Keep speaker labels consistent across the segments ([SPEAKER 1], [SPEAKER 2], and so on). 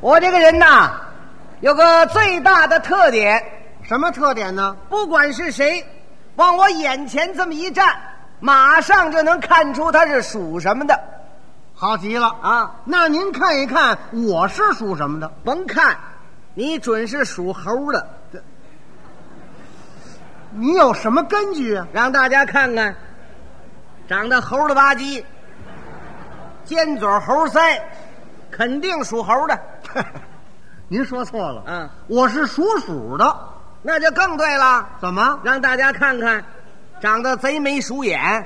[SPEAKER 1] 我这个人呐，有个最大的特点，
[SPEAKER 2] 什么特点呢？
[SPEAKER 1] 不管是谁，往我眼前这么一站，马上就能看出他是属什么的。
[SPEAKER 2] 好极了
[SPEAKER 1] 啊！
[SPEAKER 2] 那您看一看我是属什么的？
[SPEAKER 1] 甭看，你准是属猴的，
[SPEAKER 2] 你有什么根据啊？
[SPEAKER 1] 让大家看看，长得猴了吧唧，尖嘴猴腮，肯定属猴的。
[SPEAKER 2] 您说错了，
[SPEAKER 1] 嗯，
[SPEAKER 2] 我是属鼠的。
[SPEAKER 1] 那就更对了。
[SPEAKER 2] 怎么？
[SPEAKER 1] 让大家看看，长得贼眉鼠眼，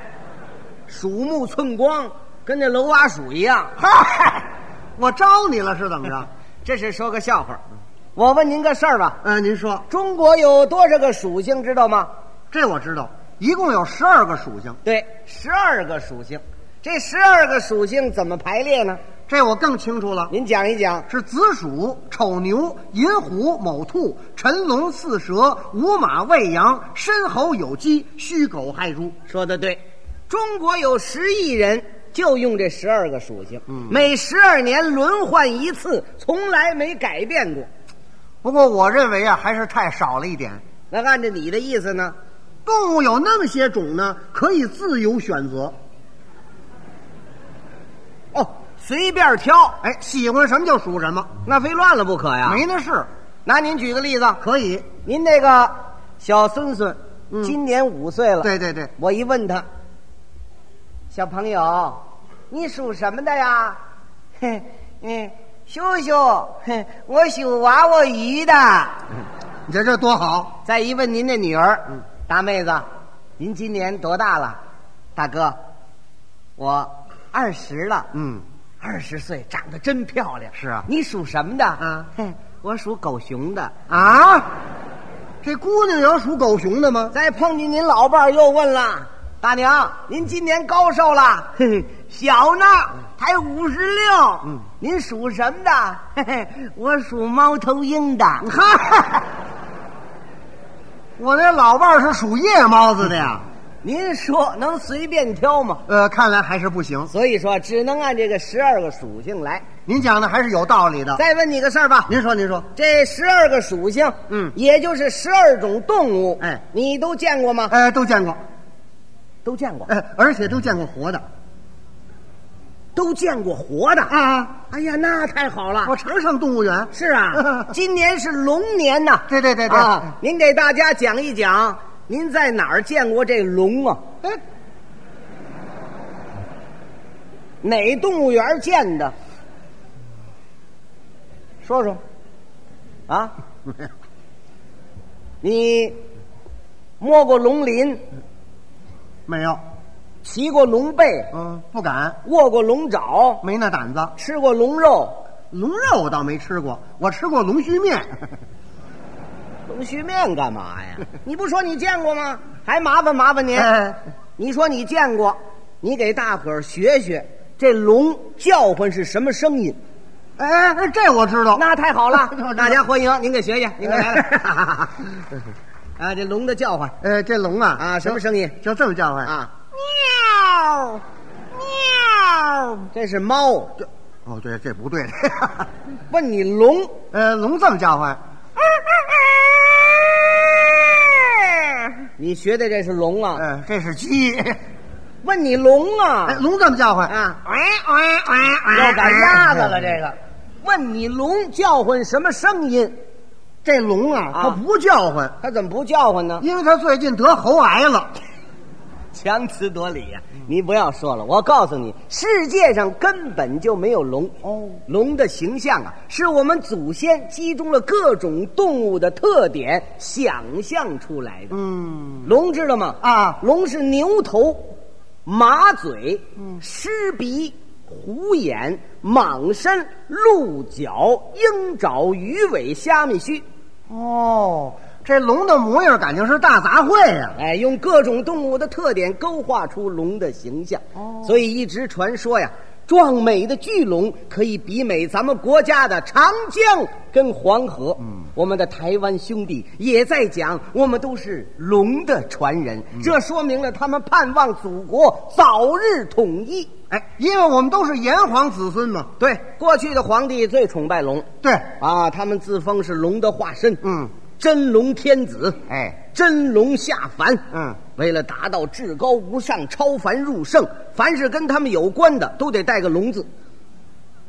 [SPEAKER 1] 鼠目寸光，跟那楼瓦鼠一样。
[SPEAKER 2] 嗨， 我招你了是怎 么着？
[SPEAKER 1] 这是说个笑话。我问您个事儿吧，
[SPEAKER 2] 嗯、您说，
[SPEAKER 1] 中国有多少个属性知道吗？
[SPEAKER 2] 这我知道，一共有十二个属性，
[SPEAKER 1] 对，十二个属性。这十二个属性怎么排列呢？
[SPEAKER 2] 这我更清楚了。
[SPEAKER 1] 您讲一讲。
[SPEAKER 2] 是子鼠、丑牛、寅虎、卯兔、辰龙、巳蛇、午马、未羊、申猴、酉鸡、戌狗、亥猪。
[SPEAKER 1] 说的对，中国有十亿人，就用这十二个属性，
[SPEAKER 2] 嗯
[SPEAKER 1] 每十二年轮换一次，从来没改变过。
[SPEAKER 2] 不过我认为啊，还是太少了一点。
[SPEAKER 1] 那按照你的意思呢？
[SPEAKER 2] 动物有那么些种呢，可以自由选择。
[SPEAKER 1] 哦，随便挑，
[SPEAKER 2] 哎，喜欢什么就属什么，
[SPEAKER 1] 那非乱了不可呀。
[SPEAKER 2] 没那事。
[SPEAKER 1] 拿啊您举个例子，
[SPEAKER 2] 可以，
[SPEAKER 1] 您那个小孙孙，
[SPEAKER 2] 嗯
[SPEAKER 1] 今年五岁了。
[SPEAKER 2] 对对对，
[SPEAKER 1] 我一问他，小朋友，你属什么的呀？ 嘿，嗯，叔叔，嘿我属娃娃鱼的。
[SPEAKER 2] 你瞧这多好。
[SPEAKER 1] 再一问您那女儿，
[SPEAKER 2] 嗯
[SPEAKER 1] 大妹子，您今年多大了？大哥，我二十了。
[SPEAKER 2] 嗯，
[SPEAKER 1] 二十岁，长得真漂亮。
[SPEAKER 2] 是啊
[SPEAKER 1] 你属什么的？
[SPEAKER 2] 啊
[SPEAKER 1] 哼，我属狗熊的。
[SPEAKER 2] 啊，这姑娘有属狗熊的吗？
[SPEAKER 1] 再碰见您老伴儿又问了，大娘，您今年高寿了？嘿嘿，小呢，才五十六。
[SPEAKER 2] 嗯，
[SPEAKER 1] 您属什么的？嘿嘿，我属猫头鹰的。
[SPEAKER 2] 哈，我那老伴儿是属夜猫子的呀。
[SPEAKER 1] 您说能随便挑吗？
[SPEAKER 2] 呃，看来还是不行。
[SPEAKER 1] 所以说，只能按这个十二个属性来。
[SPEAKER 2] 您讲的还是有道理的。
[SPEAKER 1] 再问你个事儿吧，
[SPEAKER 2] 您说，您说，
[SPEAKER 1] 这十二个属性，
[SPEAKER 2] 嗯
[SPEAKER 1] 也就是十二种动物，
[SPEAKER 2] 哎
[SPEAKER 1] 你都见过吗？
[SPEAKER 2] 哎，都见过，
[SPEAKER 1] 都见过，
[SPEAKER 2] 哎，而且都见过活的
[SPEAKER 1] 都见过活的。
[SPEAKER 2] 啊！
[SPEAKER 1] 哎呀，那太好了！
[SPEAKER 2] 我常上动物园。
[SPEAKER 1] 是 啊，今年是龙年呐、
[SPEAKER 2] 对对对对，
[SPEAKER 1] 啊，您给大家讲一讲，您在哪儿见过这龙啊？
[SPEAKER 2] 哎，
[SPEAKER 1] 哪动物园见的？说说，啊，你摸过龙鳞，
[SPEAKER 2] 没有，
[SPEAKER 1] 骑过龙背，
[SPEAKER 2] 嗯，不敢，
[SPEAKER 1] 握过龙爪，
[SPEAKER 2] 没那胆子。
[SPEAKER 1] 吃过龙肉，
[SPEAKER 2] 龙肉我倒没吃过，我吃过龙须面。
[SPEAKER 1] 龙须面干嘛呀？ 你不说你见过吗？还麻烦麻烦您。
[SPEAKER 2] 哎，
[SPEAKER 1] 你说你见过，你给大伙儿学学这龙叫唤是什么声音？
[SPEAKER 2] 哎，哎这我知道。
[SPEAKER 1] 那太好了
[SPEAKER 2] 我知道，
[SPEAKER 1] 大家欢迎，您给学学，您给来 了。啊，这龙的叫唤
[SPEAKER 2] 呃，这龙啊
[SPEAKER 1] 啊，什么声音
[SPEAKER 2] 就这么叫唤？
[SPEAKER 1] 啊？
[SPEAKER 2] 喵，喵。
[SPEAKER 1] 这是猫，
[SPEAKER 2] 哦，对，这不对。
[SPEAKER 1] 问你龙，
[SPEAKER 2] 呃，龙这么叫唤，
[SPEAKER 1] 你学的这是龙啊？
[SPEAKER 2] 呃，这是鸡。
[SPEAKER 1] 问你龙
[SPEAKER 2] 哎，
[SPEAKER 1] 啊？
[SPEAKER 2] 龙这么叫唤
[SPEAKER 1] 啊，
[SPEAKER 2] 要
[SPEAKER 1] 要赶鸭子了这个。哎问你龙叫唤什么声音？
[SPEAKER 2] 这龙啊，
[SPEAKER 1] 啊
[SPEAKER 2] 它不叫唤，
[SPEAKER 1] 它怎么不叫唤呢？
[SPEAKER 2] 因为它最近得喉癌了。
[SPEAKER 1] 强词夺理呀、你不要说了，我告诉你，世界上根本就没有龙。
[SPEAKER 2] 哦
[SPEAKER 1] 龙的形象啊，是我们祖先集中了各种动物的特点想象出来的。
[SPEAKER 2] 嗯
[SPEAKER 1] 龙知道吗？
[SPEAKER 2] 啊
[SPEAKER 1] 龙是牛头、马嘴、
[SPEAKER 2] 嗯
[SPEAKER 1] 狮鼻、虎眼、蟒身、鹿角、鹰爪、鱼尾、虾米须。
[SPEAKER 2] 哦，这龙的模样感情是大杂烩呀、
[SPEAKER 1] 哎，用各种动物的特点勾画出龙的形象。
[SPEAKER 2] 哦
[SPEAKER 1] 所以一直传说呀，壮美的巨龙可以比美咱们国家的长江跟黄河。嗯，我们的台湾兄弟也在讲，我们都是龙的传人，这说明了他们盼望祖国早日统一。
[SPEAKER 2] 哎，因为我们都是炎黄子孙嘛。
[SPEAKER 1] 对，过去的皇帝最崇拜龙
[SPEAKER 2] 对，
[SPEAKER 1] 啊，他们自封是龙的化身，
[SPEAKER 2] 嗯，
[SPEAKER 1] 真龙天子，
[SPEAKER 2] 哎，
[SPEAKER 1] 真龙下凡，
[SPEAKER 2] 嗯，
[SPEAKER 1] 为了达到至高无上、超凡入圣，凡是跟他们有关的都得带个龙字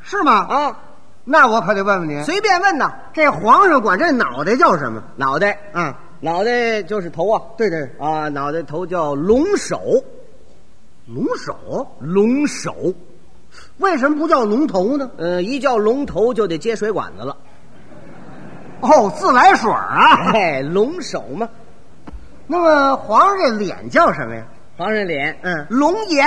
[SPEAKER 2] 是吗？
[SPEAKER 1] 啊。
[SPEAKER 2] 那我可得问问您，
[SPEAKER 1] 随便问呐，
[SPEAKER 2] 这皇上管这脑袋叫什么？
[SPEAKER 1] 脑袋，
[SPEAKER 2] 嗯，
[SPEAKER 1] 脑袋就是头啊，
[SPEAKER 2] 对对，
[SPEAKER 1] 啊，脑袋头叫龙首，
[SPEAKER 2] 龙首，
[SPEAKER 1] 龙首，
[SPEAKER 2] 为什么不叫龙头呢？
[SPEAKER 1] 呃，一叫龙头就得接水管子了，
[SPEAKER 2] 哦，自来水儿 啊。
[SPEAKER 1] 哎，龙首嘛，
[SPEAKER 2] 那么皇上这脸叫什么呀？
[SPEAKER 1] 皇上脸，
[SPEAKER 2] 嗯
[SPEAKER 1] 龙颜，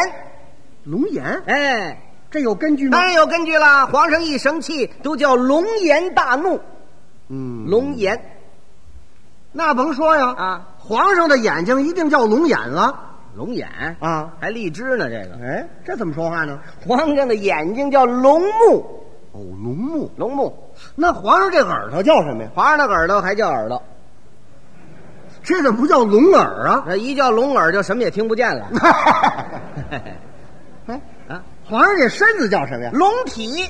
[SPEAKER 2] 龙颜，
[SPEAKER 1] 哎，
[SPEAKER 2] 这有根据吗
[SPEAKER 1] 当？然有根据啦，皇上一生气都叫龙颜大怒，
[SPEAKER 2] 嗯，
[SPEAKER 1] 龙颜，
[SPEAKER 2] 那甭说呀，
[SPEAKER 1] 啊，
[SPEAKER 2] 皇上的眼睛一定叫龙眼了
[SPEAKER 1] 龙眼，
[SPEAKER 2] 啊。
[SPEAKER 1] 还荔枝呢，这个
[SPEAKER 2] 哎，这怎么说话呢？
[SPEAKER 1] 皇上的眼睛叫龙目，
[SPEAKER 2] 哦，龙目。
[SPEAKER 1] 龙目，
[SPEAKER 2] 那皇上这耳朵叫什么呀？
[SPEAKER 1] 皇上的耳朵还叫耳朵，
[SPEAKER 2] 这怎么不叫龙耳啊？
[SPEAKER 1] 那一叫龙耳就什么也听不见了。
[SPEAKER 2] 哎，
[SPEAKER 1] 啊，
[SPEAKER 2] 皇上这身子叫什么呀？
[SPEAKER 1] 龙体，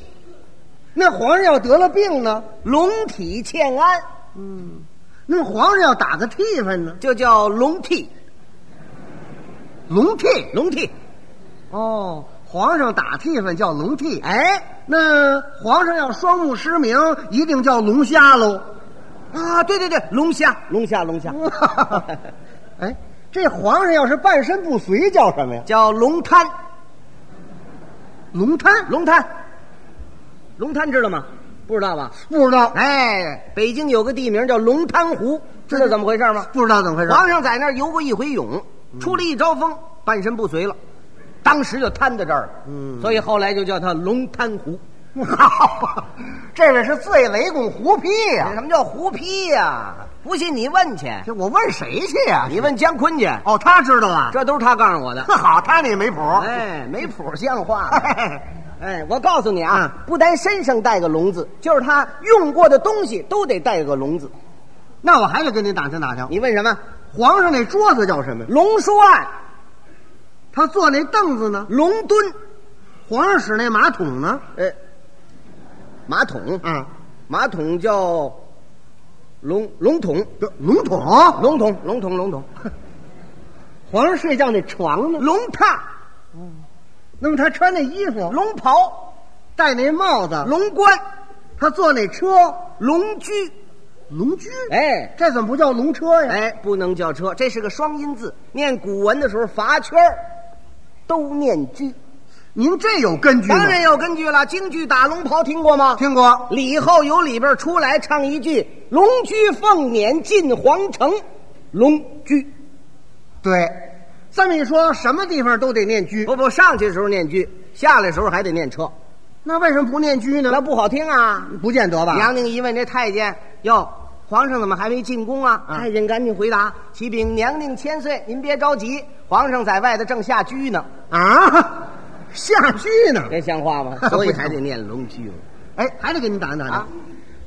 [SPEAKER 2] 那皇上要得了病呢？
[SPEAKER 1] 龙体欠安
[SPEAKER 2] 嗯，那皇上要打个替分呢？
[SPEAKER 1] 就叫龙替，
[SPEAKER 2] 龙替。
[SPEAKER 1] 龙替。
[SPEAKER 2] 哦，皇上打替分叫龙替。
[SPEAKER 1] 哎，
[SPEAKER 2] 那皇上要双目失明，一定叫龙虾喽。
[SPEAKER 1] 啊，对对对，龙虾，龙虾，龙虾，
[SPEAKER 2] 哎，这皇上要是半身不遂，叫什么呀？
[SPEAKER 1] 叫龙滩，
[SPEAKER 2] 龙滩？
[SPEAKER 1] 龙滩，龙滩知道吗？不知道吧？
[SPEAKER 2] 不知道，
[SPEAKER 1] 哎，北京有个地名叫龙滩湖，知道怎么回事吗？
[SPEAKER 2] 不知道怎么回事。
[SPEAKER 1] 皇上在那儿游过一回泳，出了一招风，半身不遂了，当时就瘫在这儿了。
[SPEAKER 2] 嗯
[SPEAKER 1] 所以后来就叫它龙滩湖。
[SPEAKER 2] 好，这位是醉雷公胡批呀、
[SPEAKER 1] 哎什么叫胡批呀、不信你问去，
[SPEAKER 2] 这哎我问谁去呀、
[SPEAKER 1] 你问姜昆去，
[SPEAKER 2] 哦，他知道啊。
[SPEAKER 1] 这都是他告诉我的。
[SPEAKER 2] 呵好，他那没谱。
[SPEAKER 1] 哎，没谱像话。哎，我告诉你啊，不单身上带个“龙”字，就是他用过的东西都得带个“龙”字。
[SPEAKER 2] 那我还得跟您打听打听，
[SPEAKER 1] 你问什么？
[SPEAKER 2] 皇上那桌子叫什么？
[SPEAKER 1] 龙书案、
[SPEAKER 2] 他坐那凳子呢？
[SPEAKER 1] 龙墩，
[SPEAKER 2] 皇上使那马桶呢？
[SPEAKER 1] 呃，马桶，
[SPEAKER 2] 啊，
[SPEAKER 1] 马桶叫龙龙桶，
[SPEAKER 2] 龙桶。
[SPEAKER 1] 龙桶，龙桶， 龙桶，
[SPEAKER 2] 皇上睡觉那床呢？
[SPEAKER 1] 龙榻、
[SPEAKER 2] 那么他穿那衣服，
[SPEAKER 1] 龙袍、
[SPEAKER 2] 戴那帽子，
[SPEAKER 1] 龙冠、
[SPEAKER 2] 他坐那车，
[SPEAKER 1] 龙驹。
[SPEAKER 2] 龙驹。，
[SPEAKER 1] 哎
[SPEAKER 2] 这怎么不叫龙车呀？
[SPEAKER 1] 哎，不能叫车，这是个双音字，念古文的时候罚圈儿都念驹。
[SPEAKER 2] 您这有根据吗？
[SPEAKER 1] 当然有根据了，京剧打龙袍听过吗？
[SPEAKER 2] 听过。
[SPEAKER 1] 里后有里边出来唱一句“龙驹凤辇进皇城”，龙驹
[SPEAKER 2] 对，这么一说，什么地方都得念居。
[SPEAKER 1] 不不上去的时候念驹，下来的时候还得念车，
[SPEAKER 2] 那为什么不念居呢
[SPEAKER 1] 那？不好听啊！
[SPEAKER 2] 不见得吧？
[SPEAKER 1] 杨宁一问这太监哟。皇上怎么还没进宫啊？
[SPEAKER 2] 嗯
[SPEAKER 1] 太监赶紧回答：“启禀娘娘千岁，您别着急，皇上在外头正下居呢。
[SPEAKER 2] 啊， 下居呢”？？
[SPEAKER 1] 这像话 吗所以还得念龙驹。
[SPEAKER 2] 哎，还得给您打听打听。
[SPEAKER 1] 啊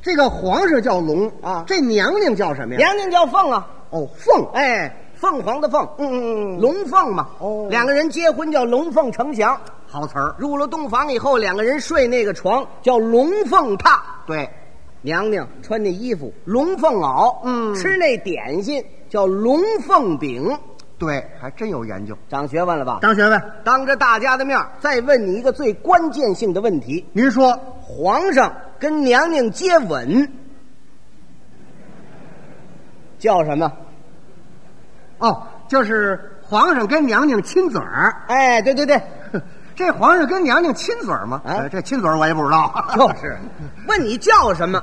[SPEAKER 2] 这个皇上叫龙
[SPEAKER 1] 啊
[SPEAKER 2] 这娘娘叫什么呀？
[SPEAKER 1] 娘娘叫凤啊，
[SPEAKER 2] 哦，凤。
[SPEAKER 1] 哎，凤凰的凤，
[SPEAKER 2] 嗯嗯嗯，
[SPEAKER 1] 龙凤嘛。
[SPEAKER 2] 哦
[SPEAKER 1] 两个人结婚叫龙凤呈祥，
[SPEAKER 2] 好词儿。
[SPEAKER 1] 入了洞房以后，两个人睡那个床叫龙凤榻。
[SPEAKER 2] 对，
[SPEAKER 1] 娘娘穿那衣服龙凤袄，
[SPEAKER 2] 嗯
[SPEAKER 1] 吃那点心叫龙凤饼。
[SPEAKER 2] 对，还真有研究。
[SPEAKER 1] 长学问了吧？
[SPEAKER 2] 当学问，
[SPEAKER 1] 当着大家的面儿再问你一个最关键性的问题：
[SPEAKER 2] 您说
[SPEAKER 1] 皇上跟娘娘接吻叫什么？
[SPEAKER 2] 哦，就是皇上跟娘娘亲嘴儿。
[SPEAKER 1] 哎，对对对，
[SPEAKER 2] 这皇上跟娘娘亲嘴儿吗？
[SPEAKER 1] 啊
[SPEAKER 2] 呃这亲嘴儿我也不知道。
[SPEAKER 1] 就是，问你叫什么？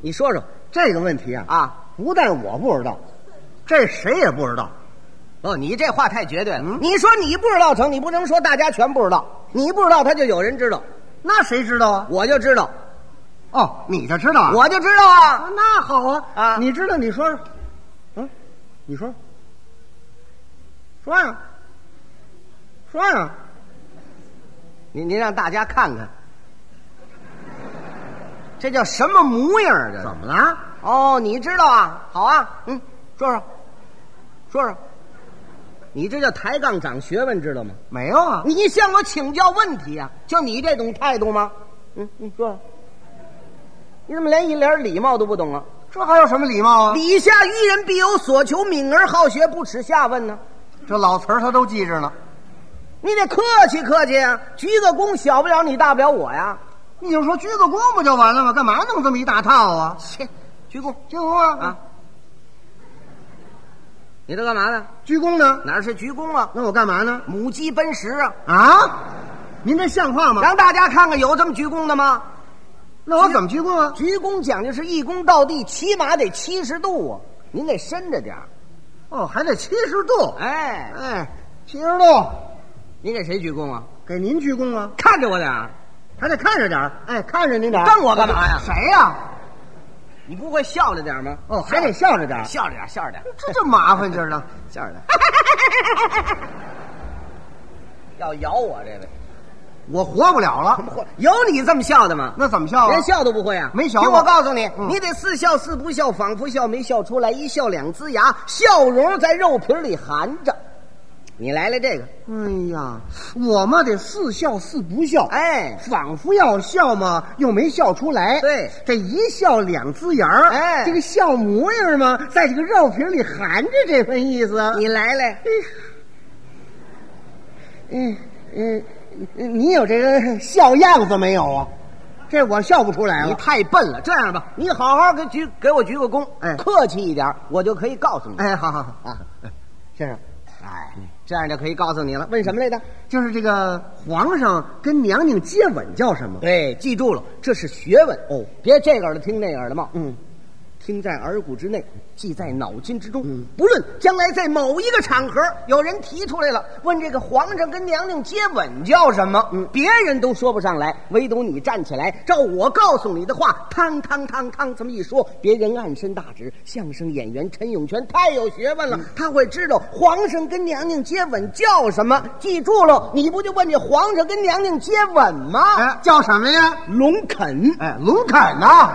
[SPEAKER 1] 你说说
[SPEAKER 2] 这个问题啊，
[SPEAKER 1] 啊！
[SPEAKER 2] 不但我不知道，这谁也不知道。
[SPEAKER 1] 哦，你这话太绝对了。嗯你说你不知道成，你不能说大家全不知道。你不知道，他就有人知道。
[SPEAKER 2] 那谁知道啊？
[SPEAKER 1] 我就知道，
[SPEAKER 2] 哦，你就知道啊？
[SPEAKER 1] 我就知道啊。
[SPEAKER 2] 啊，那好啊
[SPEAKER 1] 啊
[SPEAKER 2] 你知道？你说说，嗯，你说，说呀，说呀，
[SPEAKER 1] 您您让大家看看，这叫什么模样啊？这
[SPEAKER 2] 怎么了？
[SPEAKER 1] 哦，你知道啊？好啊，嗯，说说，说说，你这叫抬杠长学问，知道吗？
[SPEAKER 2] 没有啊，
[SPEAKER 1] 你向我请教问题啊，就你这种态度吗？嗯，你说，你怎么连一点礼貌都不懂啊？
[SPEAKER 2] 这还有什么礼貌啊？
[SPEAKER 1] 礼下于人必有所求，敏而好学，不耻下问呢、
[SPEAKER 2] 这老词儿他都记着呢。
[SPEAKER 1] 你得客气客气啊，鞠个躬，小不了你，大不了我呀。
[SPEAKER 2] 你就说鞠个躬不就完了吗？干嘛弄这么一大套啊？
[SPEAKER 1] 切，鞠躬
[SPEAKER 2] 鞠躬啊
[SPEAKER 1] 啊！你这干嘛呢？
[SPEAKER 2] 鞠躬呢？
[SPEAKER 1] 哪是鞠躬啊？
[SPEAKER 2] 那我干嘛呢？
[SPEAKER 1] 母鸡奔食啊！
[SPEAKER 2] 啊？您这像话吗？
[SPEAKER 1] 让大家看看有这么鞠躬的吗？
[SPEAKER 2] 那我怎么鞠躬啊？
[SPEAKER 1] 鞠躬讲究是一躬到地，起码得七十度啊，您得伸着点儿。
[SPEAKER 2] 哦，还得七十度。
[SPEAKER 1] 哎，
[SPEAKER 2] 哎，七十度，
[SPEAKER 1] 您给谁鞠躬啊？
[SPEAKER 2] 给您鞠躬啊，
[SPEAKER 1] 看着我点儿，
[SPEAKER 2] 还得看着点儿。哎，看着您点儿。
[SPEAKER 1] 瞪我干嘛呀
[SPEAKER 2] 谁呀、
[SPEAKER 1] 你不会笑着点儿吗？
[SPEAKER 2] 哦，还得笑着点儿。
[SPEAKER 1] 笑着点儿，笑着点儿，
[SPEAKER 2] 这就麻烦劲儿了。
[SPEAKER 1] 笑着点儿。 要咬我这位，
[SPEAKER 2] 我活不了了。
[SPEAKER 1] 有你这么笑的吗？
[SPEAKER 2] 那怎么笑啊
[SPEAKER 1] 连？笑都不会啊！
[SPEAKER 2] 没学过
[SPEAKER 1] 听我告诉你，
[SPEAKER 2] 嗯
[SPEAKER 1] 你得似笑似不笑，仿佛笑没笑出来，一笑两呲牙，笑容在肉皮里含着。你来了这个，
[SPEAKER 2] 哎呀，我嘛得似笑似不笑，
[SPEAKER 1] 哎
[SPEAKER 2] 仿佛要笑嘛，又没笑出来。
[SPEAKER 1] 对
[SPEAKER 2] 这一笑两呲牙儿，
[SPEAKER 1] 哎
[SPEAKER 2] 这个笑模样嘛，在这个肉皮里含着这份意思。哎
[SPEAKER 1] 你来了，
[SPEAKER 2] 嗯嗯，你有这个笑样子没有啊？这我笑不出来
[SPEAKER 1] 你
[SPEAKER 2] 了。
[SPEAKER 1] 太笨了。这样吧，你好好给鞠给我鞠个躬，
[SPEAKER 2] 哎
[SPEAKER 1] 客气一点，我就可以告诉你。
[SPEAKER 2] 哎，好好好，
[SPEAKER 1] 啊，
[SPEAKER 2] 先生，
[SPEAKER 1] 哎，这样就可以告诉你了。问什么来着？
[SPEAKER 2] 就是这个皇上跟娘娘接吻叫什么？
[SPEAKER 1] 对，哎记住了，这是学问哦，别这个耳朵听那个耳朵冒。
[SPEAKER 2] 嗯，
[SPEAKER 1] 听在耳骨之内，记在脑筋之中。
[SPEAKER 2] 嗯
[SPEAKER 1] 不论将来在某一个场合，有人提出来了，问这个皇上跟娘娘接吻叫什么，嗯，别人都说不上来，唯独你站起来，照我告诉你的话，汤汤汤汤这么一说，别人暗伸大指。相声演员陈永泉太有学问了，
[SPEAKER 2] 嗯
[SPEAKER 1] 他会知道皇上跟娘娘接吻叫什么。记住了，你不就问这皇上跟娘娘接吻吗？
[SPEAKER 2] 哎哎，叫什么呀？
[SPEAKER 1] 龙肯。
[SPEAKER 2] 哎，龙肯呐、